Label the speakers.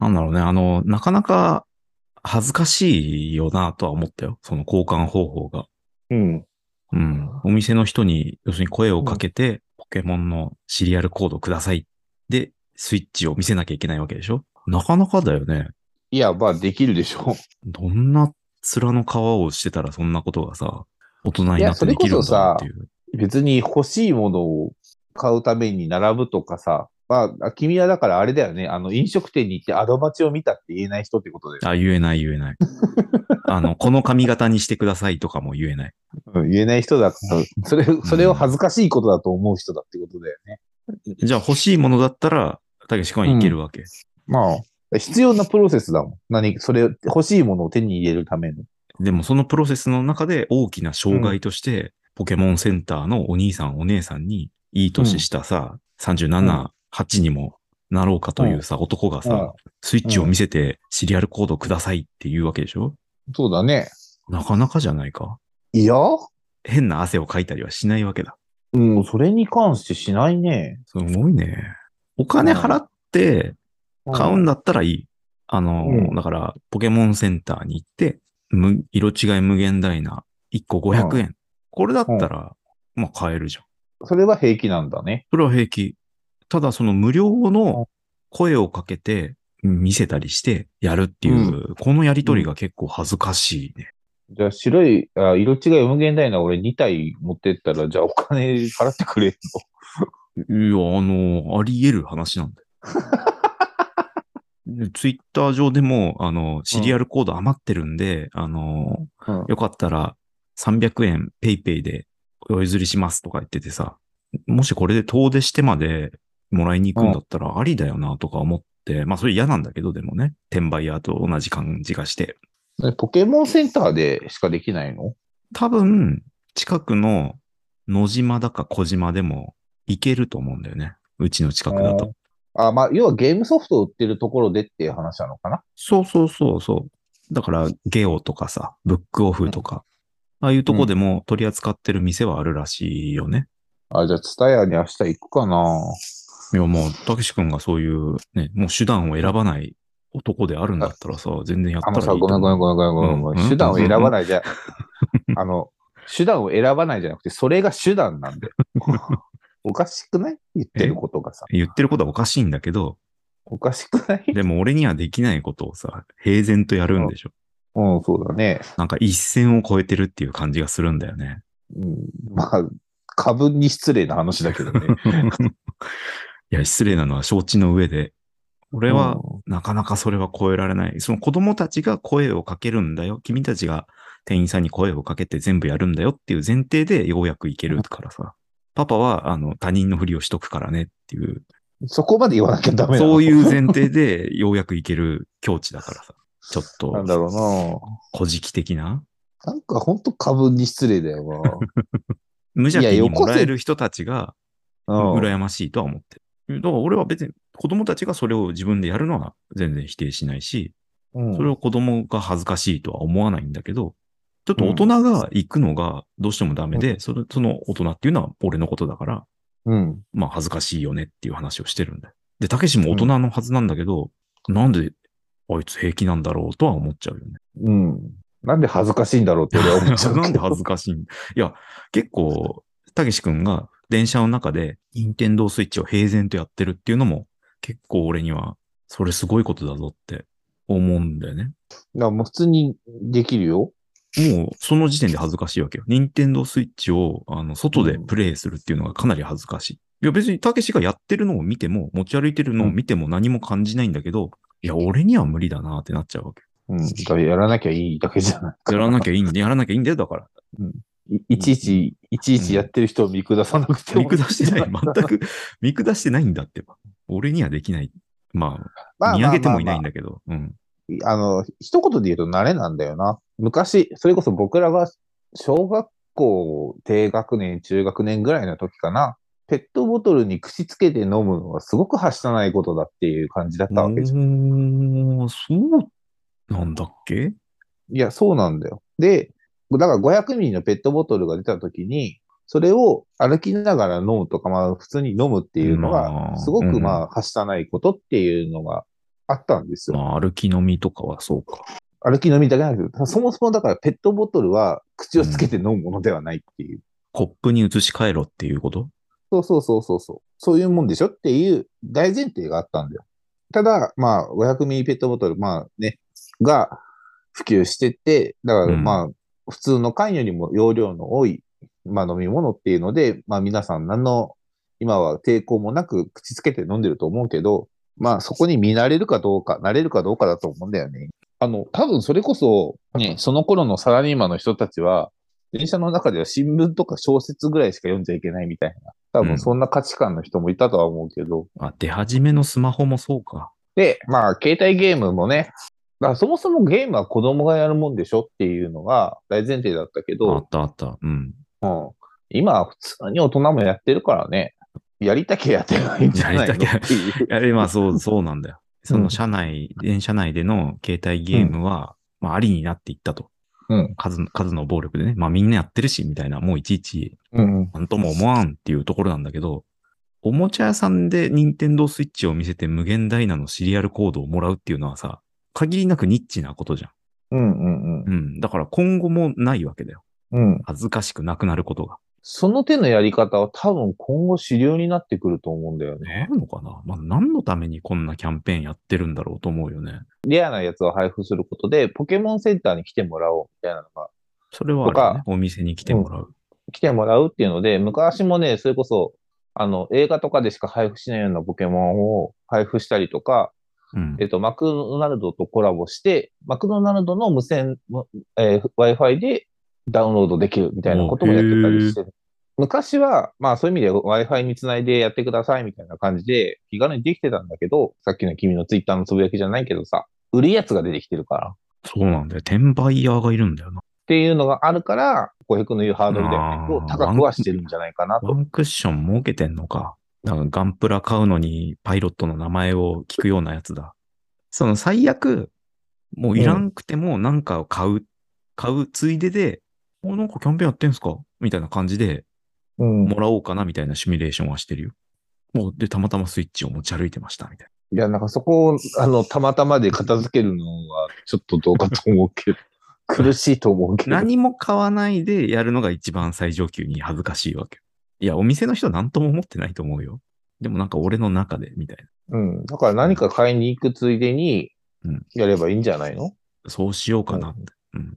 Speaker 1: なんだろうね、あの、なかなか恥ずかしいよなとは思ったよ。その交換方法が。
Speaker 2: うん。
Speaker 1: うん。お店の人に、要するに声をかけて、ポケモンのシリアルコードください。で、スイッチを見せなきゃいけないわけでしょなかなかだよね。
Speaker 2: いや、まあ、できるでしょ
Speaker 1: どんな面の皮をしてたらそんなことがさ、大人になってい
Speaker 2: や
Speaker 1: できるん
Speaker 2: それこそさ
Speaker 1: だっていう。
Speaker 2: う。別に欲しいものを買うために並ぶとかさ。まあ、君はだからあれだよね。あの、飲食店に行ってアドマチを見たって言えない人ってことだよ。
Speaker 1: あ、言えない言え ない。あの、この髪型にしてくださいとかも言えない。
Speaker 2: うん、言えない人だから、それ、それを恥ずかしいことだと思う人だってことだよね。
Speaker 1: じゃあ欲しいものだったら、たけし君はいけるわけ。
Speaker 2: まあ、必要なプロセスだもん。何、それ、欲しいものを手に入れるための。
Speaker 1: でもそのプロセスの中で大きな障害として、ポケモンセンターのお兄さんお姉さんに、いい年したさ、
Speaker 2: う
Speaker 1: 37、8にもなろうかというさ、男がさ、スイッチを見せてシリアルコードくださいっていうわけでしょ
Speaker 2: そうだね。
Speaker 1: なかなかじゃないか。
Speaker 2: いや
Speaker 1: 変な汗をかいたりはしないわけだ。
Speaker 2: うん、それに関してしないね。
Speaker 1: すごいね。お金払って買うんだったらいい。あの、
Speaker 2: うん
Speaker 1: だから、ポケモンセンターに行って、む色違い無限大な1個500円。これだったら、まあ買えるじゃん。
Speaker 2: それは平気なんだね。
Speaker 1: それは平気。ただその無料の声をかけて見せたりしてやるっていう、このやりとりが結構恥ずかしいね。
Speaker 2: じゃあ白い、あ色違い無限大な俺2体持ってったら、じゃあお金払ってくれる
Speaker 1: いや、あの、あり得る話なんだよ。ツイッター上でも、あの、シリアルコード余ってるんで、あの、
Speaker 2: の。
Speaker 1: よかったら300円ペイペイでお譲りしますとか言っててさ、もしこれで遠出してまでもらいに行くんだったらありだよなとか思って、まあそれ嫌なんだけどでもね、転売屋と同じ感じがして。
Speaker 2: うん、ポケモンセンターでしかできないの
Speaker 1: 多分、近くの野島だか小島でも行けると思うんだよね。うちの近くだと。
Speaker 2: あまあ、要はゲームソフトを売ってるところでっていう話なのかな
Speaker 1: そうそうそうそう。だから、ゲオとかさ、ブックオフとか、ああいうとこでも取り扱ってる店はあるらしいよね。
Speaker 2: あ、じゃあ、ツタヤに明日行くかない
Speaker 1: や、もう、たけし君がそういう、ね、もう手段を選ばない男であるんだったらさ、全然やった
Speaker 2: あ
Speaker 1: らいい
Speaker 2: のさ、
Speaker 1: と思う。
Speaker 2: ごめんごめんごめんごめんごめんごめ
Speaker 1: うん
Speaker 2: ん。手段を選ばない じゃ、あの、手段を選ばないじゃなくて、それが手段なんで。 おかしくない言ってることがさ。
Speaker 1: 言ってることはおかしいんだけ ど、
Speaker 2: おかしくない
Speaker 1: でも俺にはできないことをさ、平然とやるんでしょ。
Speaker 2: うん、そうだね。
Speaker 1: なんか一線を越えてるっていう感じがするんだよね。
Speaker 2: うん、まあ、過分に失礼な話だけどね。
Speaker 1: いや、失礼なのは承知の上で、
Speaker 2: こ
Speaker 1: 俺は、なかなかそれは超えられない。その子供たちが声をかけるんだよ。君たちが店員さんに声をかけて全部やるんだよっていう前提でようやくいけるからさ。パパは、あの、他人のふりをしとくからねっていう、
Speaker 2: そこまで言わなきゃダメなの
Speaker 1: そういう前提でようやくいける境地だからさ。ちょっ
Speaker 2: なん
Speaker 1: と、
Speaker 2: だろう
Speaker 1: 古事記的な
Speaker 2: な。なんかほんと過分に失礼だよ
Speaker 1: 無邪気
Speaker 2: いや
Speaker 1: に
Speaker 2: よこ
Speaker 1: も
Speaker 2: せ
Speaker 1: らえる人たちが、
Speaker 2: な。うん、
Speaker 1: 羨ましいとは思ってる。だから俺は別に子供たちがそれを自分でやるのは全然否定しないし、
Speaker 2: うん
Speaker 1: それを子供が恥ずかしいとは思わないんだけど、ちょっと大人が行くのがどうしてもダメで、それその大人っていうのは俺のことだから、
Speaker 2: うん。
Speaker 1: まあ恥ずかしいよねっていう話をしてるんだよ。で、たけしも大人のはずなんだけど、なんであいつ平気なんだろうとは思っちゃうよね。
Speaker 2: うん。なんで恥ずかしいんだろうって俺は思っちゃうけど。
Speaker 1: なんで恥ずかしいんいや、結構、たけし君が電車の中で任天堂スイッチを平然とやってるっていうのも、結構俺には、それすごいことだぞって思うんだよね。
Speaker 2: だからもう普通にできるよ。
Speaker 1: もう、その時点で恥ずかしいわけよ。任天堂スイッチを、あの、外で
Speaker 2: うん
Speaker 1: プレイするっていうのがかなり恥ずかしい。いや、別に、たけしがやってるのを見ても、持ち歩いてるのを見ても何も感じないんだけど、いや、俺には無理だなってなっちゃうわけ。
Speaker 2: うん。だからやらなきゃいいだけじゃない。
Speaker 1: やらなきゃいいんだ、やらなきゃいいんだよ、だから。
Speaker 2: いいちいち、いちいちやってる人を見下さなくても。
Speaker 1: 見 下してない。全く、見下してないんだってば。俺にはできない。ま
Speaker 2: ま
Speaker 1: あ、
Speaker 2: あ
Speaker 1: 見上げてもいない
Speaker 2: まあまあまあ
Speaker 1: んだけど。うん。
Speaker 2: あの、一言で言うと慣れなんだよな。昔、それこそ僕らが小学校低学年、中学年ぐらいの時かな。ペットボトルに口つけて飲むのはすごくはしたないことだっていう感じだったわけじゃん。
Speaker 1: おーそうなんだっけ
Speaker 2: いや、そうなんだよ。で、だから500ミリのペットボトルが出た時に、それを歩きながら飲むとか、まあ普通に飲むっていうの
Speaker 1: まあ
Speaker 2: が、すご
Speaker 1: うん
Speaker 2: くまあ、はしたないことっていうのがああったんですよ。
Speaker 1: まあ、歩き飲みとかはそうか。
Speaker 2: 歩き飲みだけなんですけど、そもそもだからペットボトルは口をつけて飲むものではないっていう。
Speaker 1: コップに移し替えろっていうこと
Speaker 2: そうそうそうそうそう。そういうもんでしょっていう大前提があったんだよ。ただ、まあ、500ミリペットボトル、まあね、が普及してて、だから
Speaker 1: うん
Speaker 2: まあ、普通の缶よりも容量の多い、まあ飲み物っていうので、まあ皆さん何の、今は抵抗もなく口つけて飲んでると思うけど、まあそこに見慣れるかどうか、慣れるかどうかだと思うんだよね。あの、多分それこそ、ね、その頃のサラリーマンの人たちは、電車の中では新聞とか小説ぐらいしか読んじゃいけないみたいな。多
Speaker 1: うん
Speaker 2: 分そんな価値観の人もいたとは思うけど、
Speaker 1: あ、出始めのスマホもそうか。
Speaker 2: で、まあ、携帯ゲームもね、だからそもそもゲームは子供がやるもんでしょっていうのが大前提だったけ
Speaker 1: あ
Speaker 2: ど
Speaker 1: っ、たあった。うん。
Speaker 2: うん、今は普通に大人もやってるからね、やりたきゃやってないんじゃないの
Speaker 1: やりた
Speaker 2: っていう。
Speaker 1: いや、今 そう、そうなんだよ。そうの
Speaker 2: ん
Speaker 1: 社内、電車内での携帯ゲームは、まあ、ありになっていったと。
Speaker 2: うん
Speaker 1: 数の、数の暴力でね。まあ、みんなやってるし、みたいな、もういちいち、
Speaker 2: うん、
Speaker 1: なんとも思わんっていうところなんだけど、おもちゃ屋さんで任天堂スイッチを見せて無限ダイナのシリアルコードをもらうっていうのはさ、限りなくニッチなことじゃん。
Speaker 2: うん、うん、
Speaker 1: うん。だから今後もないわけだよ。
Speaker 2: うん。うん
Speaker 1: 恥ずかしくなくなることが。
Speaker 2: その手のやり方は多分今後主流になってくると思うんだよね。
Speaker 1: なるのかなまあ、何のためにこんなキャンペーンやってるんだろうと思うよね。
Speaker 2: レアなやつを配布することで、ポケモンセンターに来てもらおうみたいなのが
Speaker 1: それはあるよね、お店に来てもらう。
Speaker 2: 来てもらうっていうので、昔もね、それこそ、あの、映画とかでしか配布しないようなポケモンを配布したりとか、
Speaker 1: うん
Speaker 2: えっと、マクドナルドとコラボして、マクドナルドの無線、えー Wi-Fi でダウンロードできるみたいなこともやってたりしてる。昔は、まあそういう意味で Wi-Fi につないでやってくださいみたいな感じで気軽にできてたんだけど、さっきの君のツイッターのつぶやきじゃないけどさ、売るやつが出てきてるから。っ
Speaker 1: そうなんだよ。転売ヤーがいるんだよな。
Speaker 2: ていうのがあるから、500の言うハードルで
Speaker 1: あー
Speaker 2: を高くはしてるんじゃないかなと。
Speaker 1: ワンクッション設けてんのか。だからガンプラ買うのにパイロットの名前を聞くようなやつだ。その最悪、もういらんくてもなんかを買う、買うついでで、お、なんかキャンペーンやってんすかみたいな感じで、
Speaker 2: うん
Speaker 1: もらおうかなみたいなシミュレーションはしてるよ。もう、で、たまたまスイッチを持ち歩いてました、みたい
Speaker 2: いや、なんかそこを、あの、たまたまで片付けるのは、ちょっとどうかと思うけど、苦しいと思うけど。
Speaker 1: な。何も買わないでやるのが一番最上級に恥ずかしいわけ。いや、お店の人は何とも思ってないと思うよ。でもなんか俺の中で、みたいな。
Speaker 2: うん。だから何か買いに行くついでに
Speaker 1: うん、
Speaker 2: やればいいんじゃないの、
Speaker 1: そうしようかなって。うん。